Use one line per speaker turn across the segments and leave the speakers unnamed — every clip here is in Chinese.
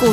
股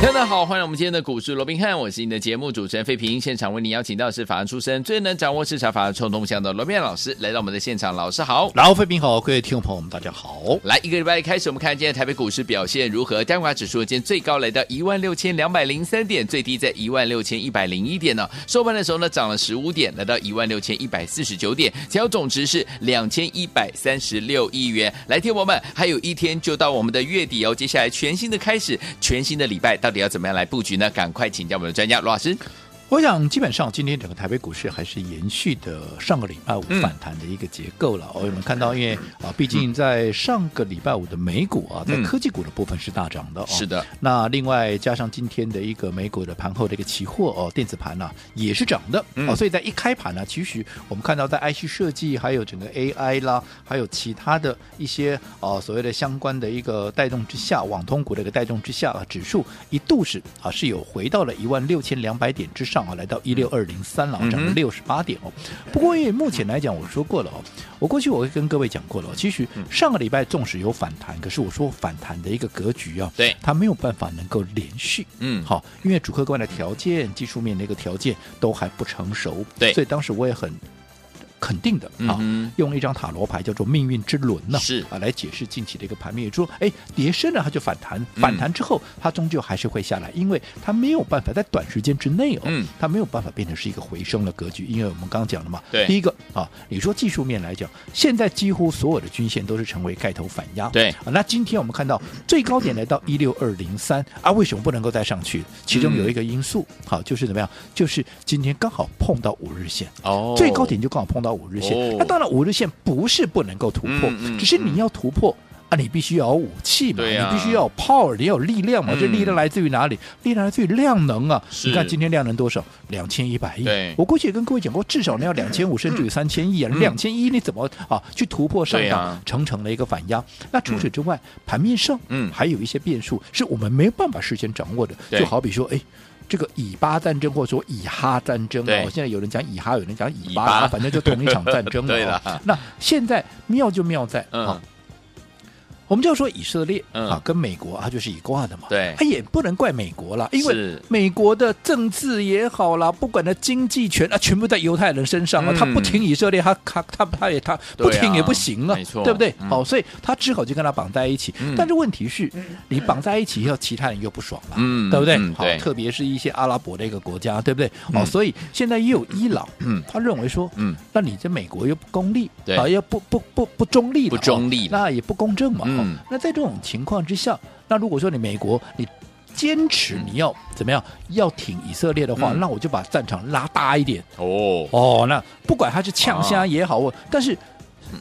大家好，欢迎我们今天的股市罗宾汉，我是你的节目主持人费平。现场为您邀请到的是法案出身、最能掌握市场法案冲动向的罗宾汉老师来到我们的现场，老师好。
然后，费平好，各位听众朋友们，大家好。
来一个礼拜开始，我们看今天台北股市表现如何？单华指数今天最高来到一万六千两百零三点，最低在一万六千一百零一点呢、收盘的时候呢，涨了十五点，来到一万六千一百四十九点，成交总值是两千一百三十六亿元。来，听我们，还有一天就到我们的月底哦，接下来全新的开始，全新的礼拜，到底要怎么样来布局呢？赶快请教我们的专家罗老师。
我想，基本上今天整个台北股市还是延续的上个礼拜五
嗯
反弹的一个结构了。哦我们看到，因为啊，毕竟在上个礼拜五的美股啊，在
嗯
科技股的部分是大涨的、哦。
是的，
那另外加上今天的一个美股的盘后的一个期货哦，电子盘呢、也是涨的、
嗯
哦，所以在一开盘呢、其实我们看到在 IC 设计，还有整个 AI 啦，还有其他的一些哦所谓的相关的一个带动之下，网通股的一个带动之下啊，指数一度是啊是有回到了一万六千两百点之上啊，来到一六二零三了，
嗯哼
涨了六十八点哦。不过因为目前来讲，我说过了哦，我过去我跟各位讲过了哦，其实
嗯
上个礼拜纵使有反弹，可是我说反弹的一个格局啊，
对
它没有办法能够连续，
嗯
好，因为主客观的条件、技术面的一个条件都还不成熟，
对
所以当时我也很肯定的啊，
嗯哼
用一张塔罗牌叫做命运之轮呢、
是
啊，来解释近期的一个盘面，也就是说，哎，跌升了它就反弹，
嗯
反弹之后它终究还是会下来，因为它没有办法在短时间之内哦，
嗯
它没有办法变成是一个回升的格局，因为我们刚刚讲了嘛，
对
第一个啊，你说技术面来讲，现在几乎所有的均线都是成为盖头反压，
对
啊，那今天我们看到最高点来到一六二零三啊，为什么不能够再上去？其中有一个因素，好、就是怎么样？就是今天刚好碰到五日线，
哦
最高点就刚好碰到五日线。
哦
那当然，五日线不是不能够突破，
嗯嗯
只是你要突破。啊，你必须要有武器嘛，
对啊
你必须要有 power，你要有力量嘛。
嗯
这力量来自于哪里？力量来自于量能啊！
是
你看今天量能多少？两千一百亿
对。
我过去也跟各位讲过，至少你要两千五，甚至有三千亿啊！
嗯
两千一你怎么啊去突破上
对啊
档，层层的一个反压？那除此之外，盘面上
嗯
还有一些变数是我们没有办法事先掌握的，
对
就好比说，哎。这个以巴战争或者说以哈战争
对
哦，现在有人讲以哈，有人讲以
以
巴
巴
啊，反正就同一场战争
对
了、
啦
哦。那现在妙就妙在啊、
嗯
我们就要说以色列、
嗯
啊，跟美国啊就是一挂的嘛，
对
它也不能怪美国啦，哎因为
是
美国的政治也好啦，不管的经济权啊，全部在犹太人身上啊，
嗯
他不挺以色列，他他他他也他不
对啊
挺也不行啊，
没错
对不对？
嗯
好、所以他只好就跟他绑在一起。
嗯
但是问题是，你绑在一起以后，其他人又不爽了，
嗯
对不对？
嗯
好
对，
特别是一些阿拉伯的一个国家，对不对？
嗯
哦，所以现在也有伊朗，
嗯
他认为说，
嗯，
那你这美国又不公立，
对
啊，又不不不不中立了，
不中立
哦那也不公正嘛。
嗯
哦那在这种情况之下，那如果说你美国你坚持你要怎么样要挺以色列的话，
嗯
那我就把战场拉大一点。
哦，
哦，那不管他是呛
啊
虾也好，我但是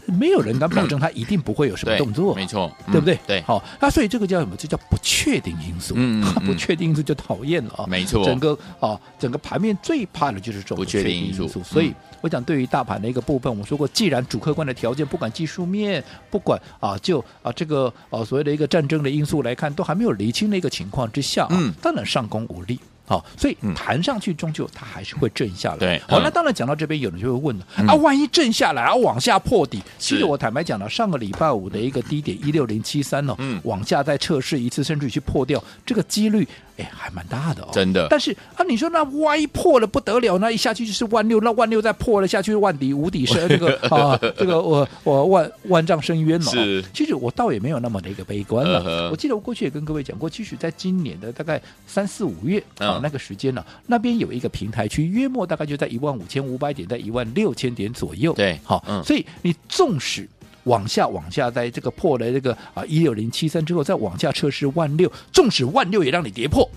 没有人敢保证他一定不会有什么
对
动作，
没错，嗯
对不对？
对，
好，那所以这个叫什么？这叫不确定因素。
嗯嗯嗯
不确定因素就讨厌了啊。
没错
整个啊，整个盘面最怕的就是这种
不
不
确
确
定
定
因
因
素
素。
嗯
所以我讲，对于大盘的一个部分，我说过，既然主客观的条件，不管技术面，不管啊，就啊这个啊所谓的一个战争的因素来看，都还没有厘清的一个情况之下、啊，
嗯
当然上攻无力。好，所以
嗯
弹上去终究它还是会震下来。
对
好，
嗯
那当然讲到这边，有人就会问了、啊，万一震下来，啊往下破底，其
是
实我坦白讲了，上个礼拜五的一个低点一六零七三哦，
嗯
往下再测试一次，甚至于去破掉，这个几率哎还蛮大的哦。
真的
但是啊，你说那万一破了不得了，那一下去就是万六，那万六再破了下去，万底无底深，这个 啊，这个我我万万丈深渊了、
是
哦。其实我倒也没有那么的一个悲观了、
嗯哼
我记得我过去也跟各位讲过，其实在今年的大概三四五月
嗯
啊那个时间呢、那边有一个平台区，约莫大概就在一万五千五百点到一万六千点左右。
对
好、
嗯
所以你纵使往下往下，在这个破了这个啊一六零七三之后，再往下测试万六，纵使万六也让你跌破，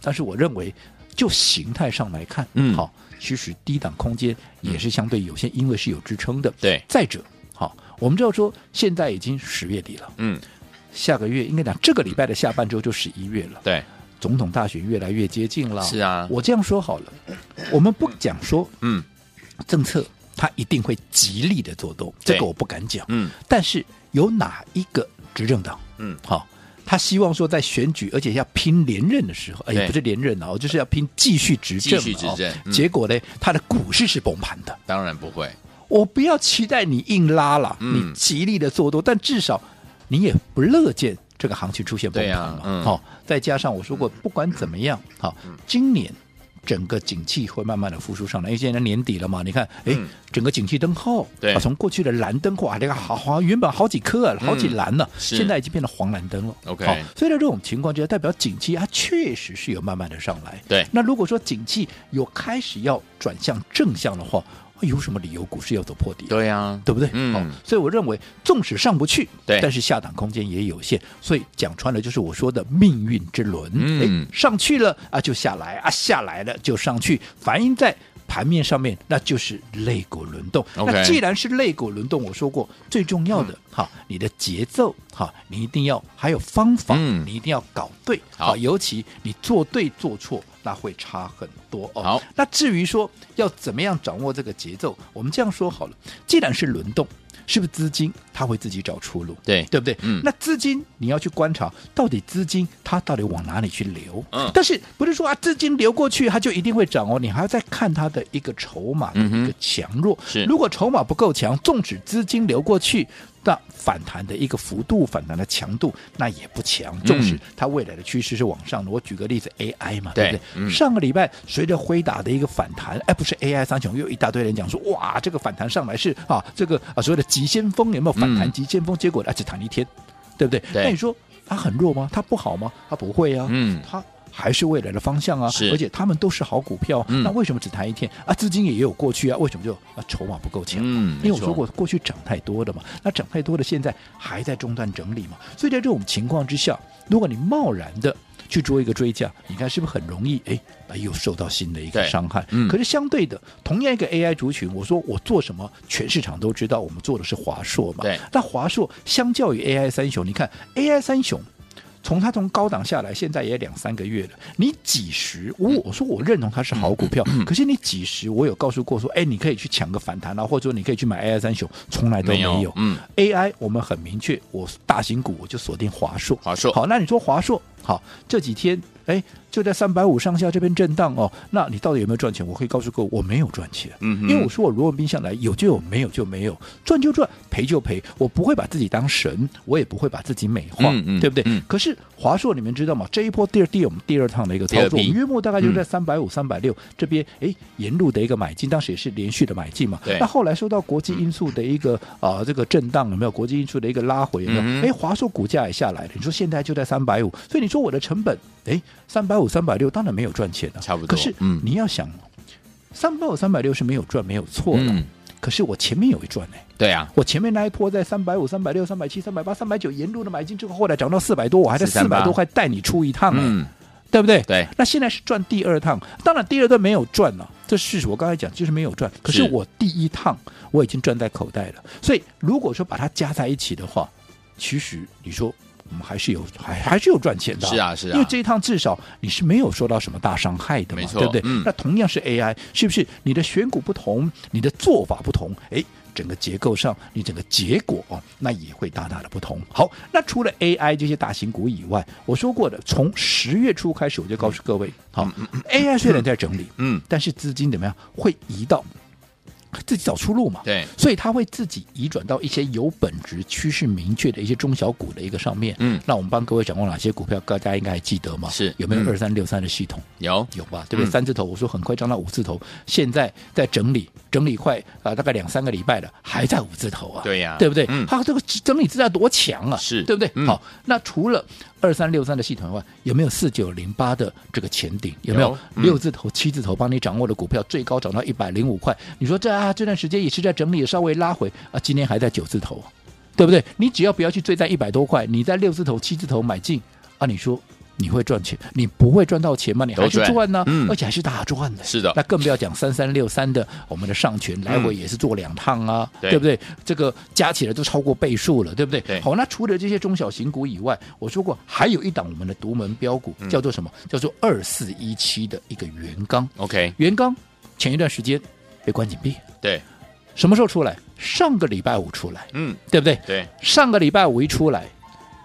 但是我认为就形态上来看，
嗯
好，其实低档空间也是相对有些，因为是有支撑的。
对
再者，好，我们知道说现在已经十月底了，
嗯，
下个月应该讲这个礼拜的下半周就十一月了。
对，
总统大选越来越接近了，
是啊
我这样说好了，我们不讲说
嗯，
政策它一定会极力的做多，这
对
个我不敢讲。
嗯
但是有哪一个执政党，
嗯
好、他希望说在选举，而且要拼连任的时候，
对
哎，也不是连任啊，就是要拼继续执政嘛，啊哦
继续执政嗯
结果呢，他的股市是崩盘的。
当然不会，
我不要期待你硬拉了，
嗯
你极力的做多，但至少你也不乐见这个行情出现崩
对
盘
啊
嘛。好、
嗯
再加上我说过，不管怎么样，好、今年。整个景气会慢慢的复苏上来，因为现在年底了嘛，你看，哎、
嗯
整个景气灯号，
对
啊从过去的蓝灯哇，这个好好原本好几颗、啊，好几
嗯
蓝呢、
是
现在已经变成黄蓝灯了。
OK
好所以在这种情况之下，代表景气它确实是有慢慢的上来。
对
那如果说景气有开始要转向正向的话，有什么理由股市要走破底？啊
对呀，
对不对？
嗯
好所以我认为，纵使上不去，
对
但是下档空间也有限。所以讲穿了，就是我说的命运之轮。
嗯
诶上去了啊就下来啊，下来了就上去，反映在盘面上面，那就是肋骨轮动。
OK 嗯
那既然是肋骨轮动，我说过最重要的哈、你的节奏哈、你一定要还有方法，
嗯
你一定要搞对。
好
啊尤其你做对做错，那会差很多哦。
好，
那至于说要怎么样掌握这个节奏，我们这样说好了，既然是轮动，是不是资金它会自己找出路？
对
对不对？
嗯
那资金你要去观察，到底资金它到底往哪里去流？
嗯
但是不是说啊，资金流过去它就一定会涨哦？你还要再看它的一个筹码的
嗯哼
一个强弱。
是
如果筹码不够强，纵使资金流过去，那反弹的一个幅度、反弹的强度那也不强。纵使它未来的趋势是往上的，我举个例子，AI 嘛，
对
不对？
嗯
上个礼拜随着辉达的一个反弹，哎，不是 AI 三雄，又有一大堆人讲说，哇，这个反弹上来是啊，这个啊所谓的急先锋有没有反弹
嗯
急先锋？结果啊只弹一天，对不对？
对
那你说它很弱吗？它不好吗？它不会啊，
嗯
它。还是未来的方向啊
是，
而且他们都是好股票，
嗯
那为什么只谈一天啊？资金也有过去啊，为什么就啊筹码不够强？
嗯
因为
没
我
错
说过过去涨太多的嘛，那涨太多的现在还在中段整理嘛，所以在这种情况之下，如果你贸然的去做一个追价，你看是不是很容易？哎，哎又受到新的一个
对
伤害。
嗯
可是相对的，同样一个 AI 族群，我说我做什么，全市场都知道，我们做的是华硕嘛。
对
那华硕相较于 AI 三雄，你看 AI 三雄。从它从高档下来，现在也两三个月了。你几十，我我说我认同它是好股票，可是你几十，我有告诉过说，哎，你可以去抢个反弹啊，或者说你可以去买 AI 三雄，从来都没有。
没有嗯
，AI 我们很明确，我大型股我就锁定华硕。
华硕
好，那你说华硕好这几天，哎，就在三百五上下这边震荡哦，那你到底有没有赚钱？我可以告诉各位，我没有赚钱。
嗯哼
因为我说我罗文斌向来有就有，没有就没有，赚就赚，赔就赔，我不会把自己当神，我也不会把自己美化，
嗯嗯
对不对？
嗯
可是华硕你们知道吗？这一波第二第我们第二趟的一个
第
操
二
作，
批嗯
我们约莫大概就在三百五、三百六这边，哎，沿路的一个买进，当时也是连续的买进嘛
对。
那后来受到国际因素的一个啊、这个震荡有没有？国际因素的一个拉回有没有？
嗯哼
哎、华硕股价也下来了，你说现在就在三百五，所以你说我的成本，哎，三百五、三百六，当然没有赚钱了、啊
差不多
可是，
嗯
你要想，三百五、三百六是没有赚，没有错的。
嗯
可是我前面有一赚呢、
对啊，
我前面那一波在三百五、三百六、三百七、三百八、三百九沿路的买进，这个后来涨到四百多，我还在四
430
百多块带你出一趟、哎
嗯，
对不对？
对
那现在是赚第二趟，当然第二段没有赚了、这事实我刚才讲就是没有赚。可是
是
我第一趟我已经赚在口袋了，所以如果说把它加在一起的话，其实你说我们还是有还还是有赚钱的、
是啊是啊
因为这一趟至少你是没有受到什么大伤害的嘛
没，错
对不对、
嗯
那同样是 AI，是不是你的选股不同，你的做法不同，哎？整个结构上，你整个结果哦，那也会大大的不同。好，那除了 AI 这些大型股以外，我说过的，从十月初开始，我就告诉各位，好、a i 虽然在整理，
嗯
但是资金怎么样会移到自己找出路嘛？
对
所以它会自己移转到一些有本质、趋势明确的一些中小股的一个上面。
嗯
那我们帮各位讲过哪些股票，大家应该还记得嘛？
是
有没有
嗯
二三六三的系统？
有
有吧，对不对？
嗯
三字头，我说很快涨到五字头，现在在整理，整理快啊、呃大概两三个礼拜了，还在五字头啊，
对呀
对不对？
嗯
它这个整理资料多强啊，
是
对不对？
嗯
好，那除了二三六三的系统以外，有没有四九零八的这个前顶？有没有
有嗯
六字头、七字头帮你掌握的股票，最高涨到一百零五块？你说这啊，这段时间也是在整理，稍微拉回啊，今天还在九字头啊、对不对？你只要不要去追在一百多块，你在六字头、七字头买进啊，你说你会赚钱？你不会赚到钱吗？你还是
都赚
赚呢、
嗯
而且还是大赚的。
是的
那更不要讲三三六三的我们的上权来回也是做两趟啊，
对
不对？这个加起来都超过倍数了，对不对？
对
好，那除了这些中小型股以外，我说过还有一档我们的独门标股、
嗯
叫做什么？叫做二四一七的一个元刚。
OK，
元刚前一段时间被关紧闭，
对
什么时候出来？上个礼拜五出来，
嗯，
对不对？
对
上个礼拜五一出来，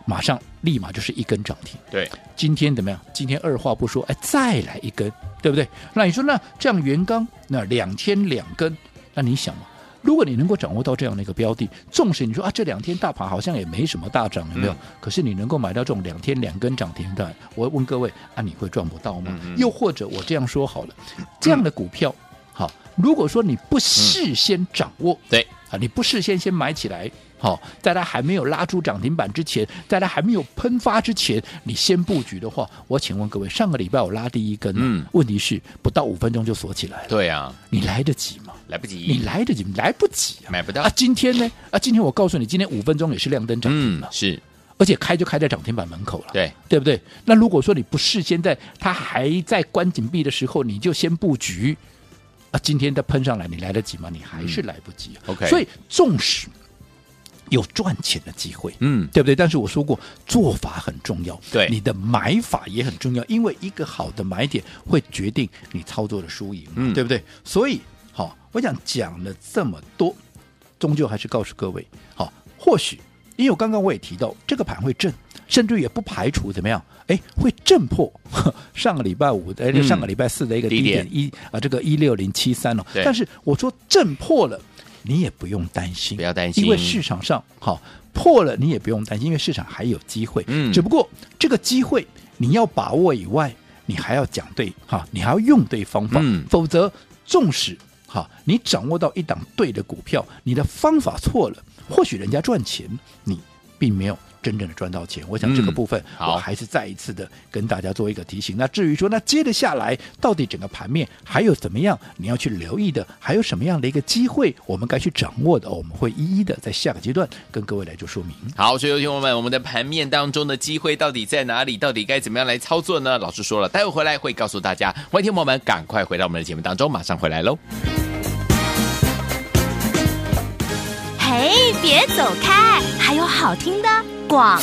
马上立马就是一根涨停。
对，
今天怎么样？今天二话不说，哎，再来一根，对不对？那你说，那这样元刚那两天两根，那你想嘛？如果你能够掌握到这样的一个标的，纵使你说啊，这两天大盘好像也没什么大涨，有没有？
嗯
可是你能够买到这种两天两根涨停的，我问各位啊，你会赚不到吗？
嗯嗯
又或者我这样说好了，这样的股票，好，如果说你不事先掌握，
对
啊，你不事先先买起来，好、在它还没有拉出涨停板之前，在它还没有喷发之前，你先布局的话，我请问各位，上个礼拜我拉第一根啊，
嗯
问题是不到五分钟就锁起来了，
对啊，
你来得及吗？
来不
你
及，
来得及吗？来不及啊！
买不到
啊，，今天呢？啊，今天我告诉你，今天五分钟也是亮灯涨
嗯
停了，，
是
而且开就开在涨停板门口了。
对，
对不对？那如果说你不事先在它还在关紧闭的时候，你就先布局啊，今天它喷上来，你来得及吗？你还是来不及、啊
OK
所以纵使有赚钱的机会。
嗯，
对不对？但是我说过，做法很重要，
对
你的买法也很重要，因为一个好的买点会决定你操作的输赢嘛，
嗯
对不对？所以，好、我想讲了这么多，终究还是告诉各位，好、或许因为我刚刚我也提到，这个盘会震，甚至也不排除怎么样，哎，会震破 呵上个礼拜五，哎，
嗯
上个礼拜四的一个
低
低
点
点一啊、这个一六零七三哦
对，
但是我说震破了。你也不用担心，
不要担心
因为市场上好破了，你也不用担心，因为市场还有机会。
嗯
只不过这个机会你要把握以外，你还要讲对哈，你还要用对方法，
嗯
否则纵使哈你掌握到一档对的股票，你的方法错了，或许人家赚钱，你并没有。真正的赚到钱，我想这个
嗯
部分、
好
我还是再一次的跟大家做一个提醒。那至于说，那接着下来到底整个盘面还有怎么样，你要去留意的，还有什么样的一个机会，我们该去掌握的，我们会一一的在下个阶段跟各位来做说明。
好，所以有听众朋友们，我们的盘面当中的机会到底在哪里？到底该怎么样来操作呢？老师说了，待会回来会告诉大家。欢迎听众朋友们赶快回到我们的节目当中，马上回来喽。
嘿，别走开，还有好听的广。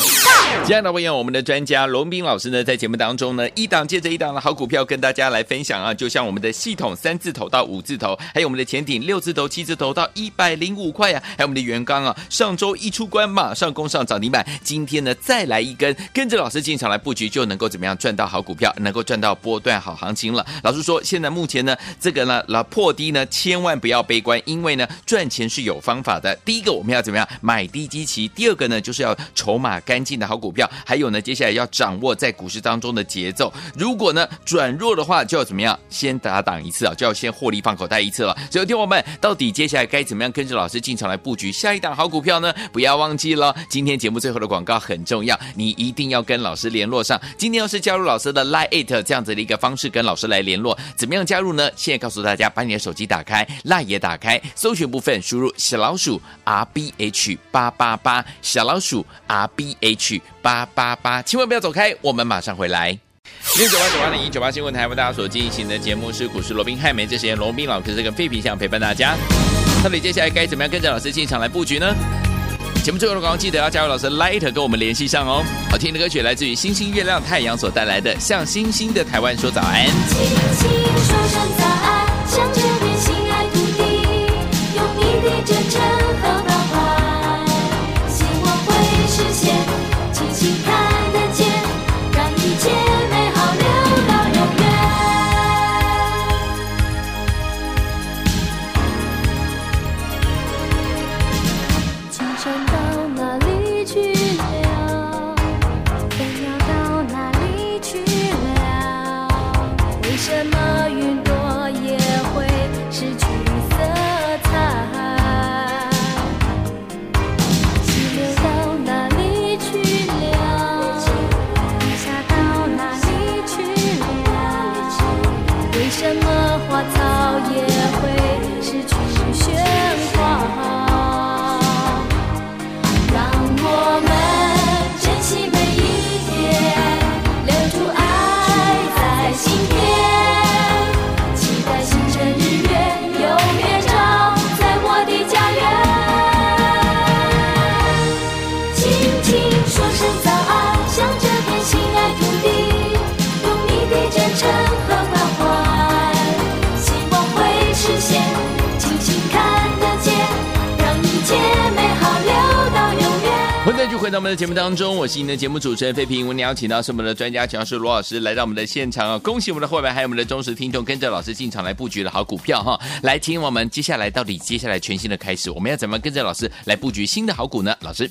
亲爱的朋友我们的专家龙斌老师呢，在节目当中呢，一档接着一档的好股票跟大家来分享啊，就像我们的系统三字头到五字头，还有我们的前顶六字头、七字头到一百零五块啊，还有我们的元刚啊，上周一出关马上攻上涨停板，今天呢再来一根，跟着老师进场来布局，就能够怎么样赚到好股票，能够赚到波段好行情了。老师说，现在目前呢，这个呢老破低呢，千万不要悲观，因为呢赚钱是有方法的。第一个我们要怎么样买低基期，第二个呢就是要筹码干净的好股票，还有呢接下来要掌握在股市当中的节奏。如果呢转弱的话，就要怎么样先打档一次啊，就要先获利放口袋一次了。所以听我们到底接下来该怎么样跟着老师进场来布局下一档好股票呢？不要忘记了，今天节目最后的广告很重要，你一定要跟老师联络上。今天要是加入老师的 Line It 这样子的一个方式跟老师来联络，怎么样加入呢？现在告诉大家，把你的手机打开，Line 也打开，搜寻部分输入小老鼠 R B H 八八八，小老鼠 R B H 八八八，千万不要走开，我们马上回来。六九八九八零一九八新闻台为大家所进行的节目是股市罗宾汉梅，这时间罗宾老师跟废品想陪伴大家。到底接下来该怎么样跟着老师进场来布局呢？节目最后的广告记得要加入老师 Light 跟我们联系上哦。好听的歌曲来自于星星月亮太阳所带来的《向星星的台湾说早安》。
轻轻说声早安，向这片心爱土地，用你的真诚和关怀，希望会实现，清晰看得见，让一切美好留到永远。青山到哪里去了？飞鸟到哪里去了？为什么云朵也会失去色彩？溪流到哪里去了？雨下到哪里去了？为什么花草也会失去喧哗？让我们珍惜每一天，留住爱在心田，期待星辰日月永远照在我的家园。轻轻说声早安，向这片心爱土地，用你的真诚和关怀，希望会实现，轻轻
回到我们的节目当中，我是您的节目主持人费平。我们邀请到是我们的专家乔师罗老师来到我们的现场啊！恭喜我们的会员还有我们的忠实听众跟着老师进场来布局的好股票哈！来，听我们接下来到底接下来全新的开始，我们要怎么跟着老师来布局新的好股呢？老师，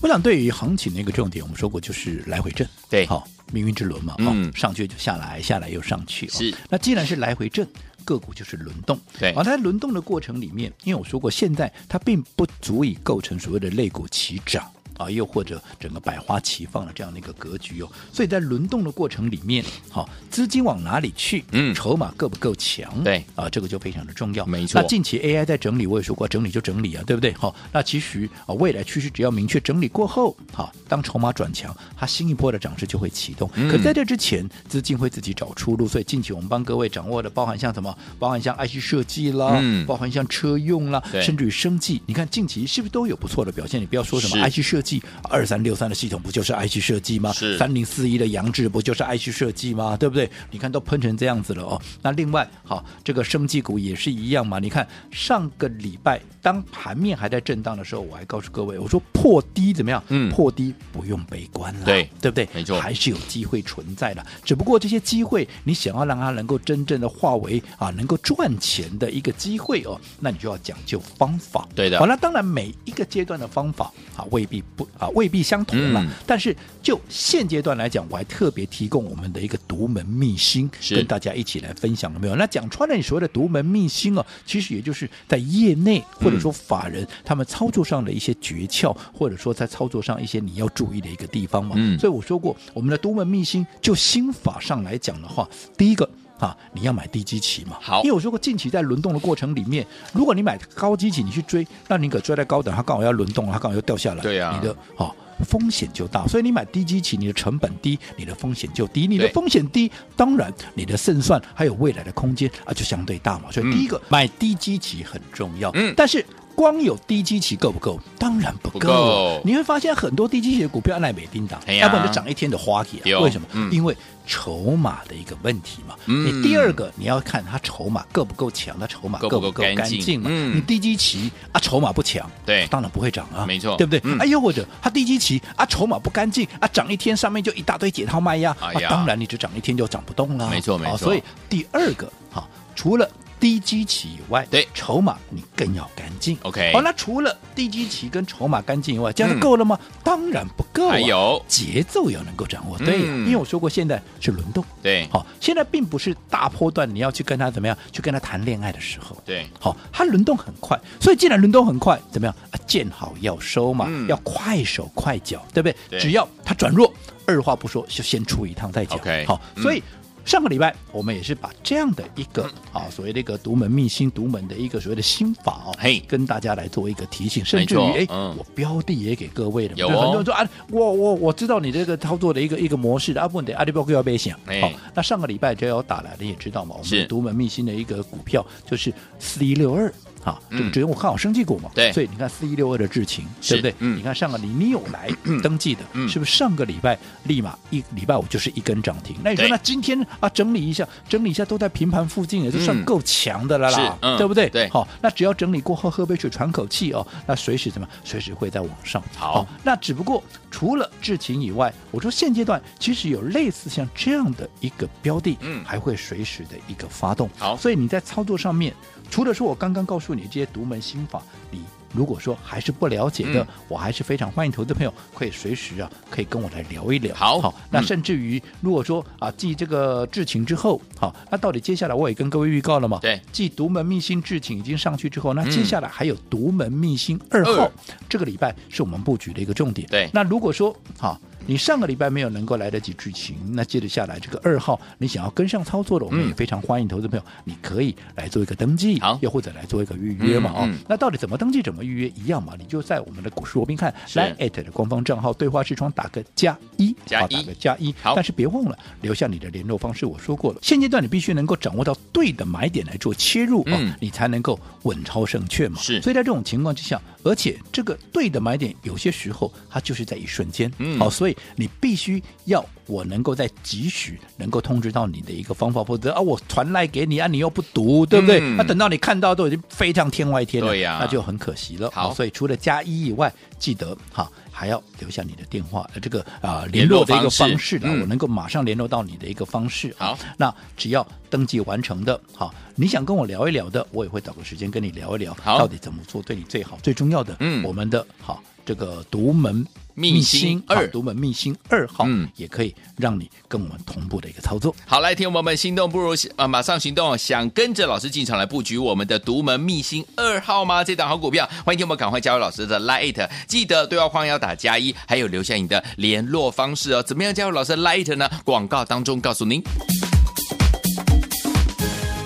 我想对于行情的一个重点，我们说过就是来回震，
对
好、命运之轮嘛，
嗯
哦，上去就下来，下来又上去、哦，
是。
那既然是来回震。个股就是轮动，
对
而它轮动的过程里面，因为我说过，现在它并不足以构成所谓的类股齐涨啊，又或者整个百花齐放的这样的一个格局哦。所以在轮动的过程里面，好、资金往哪里去？
嗯
筹码够不够强？
对
啊，这个就非常的重要。
没错
那近期 AI 在整理，我也说过，整理就整理啊，对不对？好、那其实啊，未来趋势只要明确整理过后，好、当筹码转强，它新一波的涨势就会启动。
嗯
可在这之前，资金会自己找出路，所以近期我们帮各位掌握的，包含像什么，包含像 IC 设计啦，
嗯
包含像车用啦，
对
甚至于生技，你看近期是不是都有不错的表现？你不要说什么
是
IC 设计，二三六三的系统不就是 IC 设计吗？
是
三零四一的杨志不就是 IC 设计吗？对不对？你看都喷成这样子了哦。那另外，好，这个生技股也是一样嘛。你看上个礼拜当盘面还在震荡的时候，我还告诉各位，我说破低怎么样？
嗯
破低不用悲观了，
对
对不对？
没错
还是有机会存在的。只不过这些机会，你想要让它能够真正的化为啊能够赚钱的一个机会哦，那你就要讲究方法。
对的
好，那当然每一个阶段的方法啊未必不啊未必相同了。
嗯
但是就现阶段来讲，我还特别提供我们的一个独门秘辛，
是
跟大家一起来分享了没有？那讲穿了，你所谓的独门秘辛哦，其实也就是在业内或者说法人、他们操作上的一些诀窍，或者说在操作上一些你要注意的一个地方嘛。
嗯
所以我说过，我们的独门秘辛，就心法上来讲的话，第一个。啊，你要买低基期嘛？
好
因为我说过，近期在轮动的过程里面，如果你买高基期，你去追，那你可追在高档，它刚好要轮动了，它刚好要掉下来，
对啊
你的好、风险就大，所以你买低基期，你的成本低，你的风险就低，你的
对
风险低，当然你的胜算还有未来的空间啊就相对大嘛。所以
嗯
第一个、买低基期很重要，
嗯
但是。光有低基期够不够？当然不够。
不够
你会发现很多低基期的股票按耐没叮当，
哎呀
要不然就涨一天的花期、
有
啊。为什么？
嗯
因为筹码的一个问题嘛。
嗯
你第二个你要看它筹码够不够强，它筹码
够
够
不够
不够
干
干
净
净嘛。
嗯
你低基期啊，筹码不强，
对
当然不会涨啊，
没错
对不对？
嗯
啊，又或者它低基期啊，筹码不干净啊，涨一天上面就一大堆解套卖压，
哎
啊
呀
当然你只涨一天就涨不动了，
没错没
好
错
所以第二个好，除了低基期以外，
对
筹码你更要干净。
，OK，
好、那除了低基期跟筹码干净以外，这样
嗯
就够了吗？当然不够、啊，
还有
节奏要能够掌握，对、
嗯
因为我说过现在是轮动，
对
好、现在并不是大波段你要去跟他怎么样，去跟他谈恋爱的时候，
对，
好、它轮动很快，所以既然轮动很快，怎么样啊？见好要收嘛，
嗯
要快手快脚，对不对？
对
只要它转弱，二话不说就先出一趟再讲。
OK，
好，
嗯
所以。上个礼拜，我们也是把这样的一个
嗯
啊，所谓的一个独门秘辛、独门的一个所谓的心法哦
嘿，
跟大家来做一个提醒，甚至于
没错
哎，
嗯
我标的也给各位了嘛，
有
对很
哦
多人说啊，我我我知道你这个操作的一个一个模式的，啊不你得啊你不要给我背想
哎，
好，那上个礼拜只要有打来的也知道嘛，我们
是
的独门秘辛的一个股票就是四一六二啊，这
嗯
个只有我看好生技股嘛，
对
所以你看四一六二的智勤，
是
对不对？
嗯
你看上个你你有来登记的
嗯，
是不是上个礼拜立马一礼拜五就是一根涨停？那你说
对
那今天啊整理一下，整理一下都在平盘附近，也就算
嗯
够强的了啦
是，嗯
对不对？
对
好，那只要整理过后喝杯水喘口气哦，那随时怎么样随时会再往上。
好
那只不过除了智勤以外，我说现阶段其实有类似像这样的一个标的，
嗯
还会随时的一个发动。
好
所以你在操作上面，除了说我刚刚告诉你这些独门心法，你如果说还是不了解的，
嗯
我还是非常欢迎投资朋友可以随时啊，可以跟我来聊一聊。
好
好，那
嗯
甚至于如果说啊，继这个智勤之后，好，那到底接下来我也跟各位预告了嘛？
对
继独门秘辛智勤已经上去之后，那接
嗯
下来还有独门秘辛二
二
号，这个礼拜是我们布局的一个重点。
对
那如果说好，你上个礼拜没有能够来得及剧情，那接着下来这个二号，你想要跟上操作的，我们
嗯
也非常欢迎投资朋友，你可以来做一个登记
好，
又或者来做一个预约嘛
嗯
哦
嗯。
那到底怎么登记，怎么预约一样嘛？你就在我们的股市罗宾汉
是
Line at 的官方账号对话视窗打个加一，
加
好
一
打个加一
好。
但是别忘了留下你的联络方式，我说过了，现阶段你必须能够掌握到对的买点来做切入哦
嗯，
你才能够稳操胜券嘛。
是
所以在这种情况之下，而且这个对的买点有些时候它就是在一瞬间，
嗯
好，所以以你必须要我能够在及时能够通知到你的一个方法，否则啊，我传来给你啊，你又不读，对不对？那、
嗯
等到你看到都已经飞上天外天了，
对呀
那就很可惜了。
好
啊所以除了加一以外，记得哈、还要留下你的电话，呃这个啊、
联
联
络
络的一个
方式
方式啦，啊
嗯
我能够马上联络到你的一个方式。啊
好，
那只要登记完成的，好，你想跟我聊一聊的，我也会找个时间跟你聊一聊，
好
到底怎么做对你最好。最重要的，
嗯
我们的好这个独门
秘辛
好
二
独门秘辛二号，
嗯
也可以让你跟我们同步的一个操作。
好，来，听众朋友们，心动不如呃马上行动，想跟着老师进场来布局我们的独门秘辛二号吗？这档好股票，欢迎听我们赶快加入老师的 Lite，记得对话框要打加一，还有留下你的联络方式哦。怎么样加入老师的 Lite 呢？广告当中告诉您。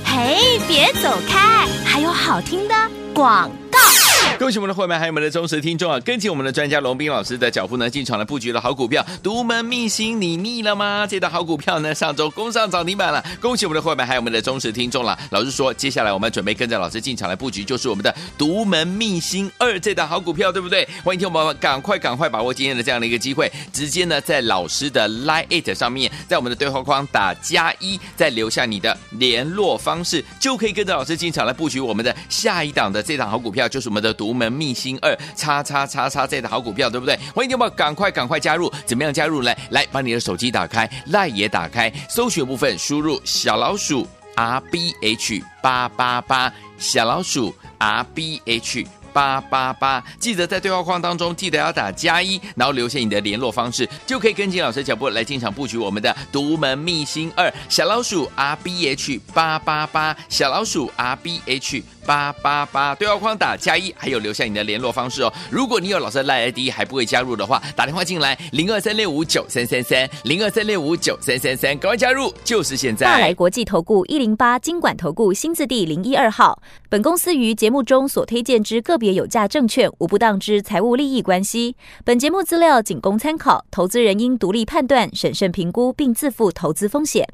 嘿，别走开，还有好听的广告。
恭喜我们的会员，还有我们的忠实听众啊！跟紧我们的专家龙斌老师的脚步呢，进场来布局了好股票，独门秘辛，你腻了吗？这档好股票呢，上周攻上涨停板了，恭喜我们的会员，还有我们的忠实听众了。老师说，接下来我们准备跟着老师进场来布局，就是我们的独门秘辛二这档好股票，对不对？欢迎听我们赶快赶快把握今天的这样的一个机会，直接呢在老师的 Line It 上面，在我们的对话框打加一，再留下你的联络方式，就可以跟着老师进场来布局我们的下一档的这档好股票，就是我们的独门秘辛二叉叉叉叉这档好股票，对不对？欢迎你们赶快赶快加入，怎么样加入呢？来，把你的手机打开，Line 也打开，搜寻部分输入小老鼠 R B H 八八八，小老鼠 R B H。八八八，记得在对话框当中记得要打加一，然后留下你的联络方式，就可以跟紧老师脚步来进场布局我们的独门秘辛二小老鼠 R B H 八八八，小老鼠 R B H 八八八，对话框打加一，还有留下你的联络方式哦。如果你有老师的赖 ID 还不会加入的话，打电话进来零二三六五九三三三零二三六五九三三三，赶快加入，就是现在。
大来国际投顾一零八金管投顾新字第零一二号。本公司于节目中所推荐之个别有价证券，无不当之财务利益关系。本节目资料仅供参考，投资人应独立判断、审慎评估，并自负投资风险。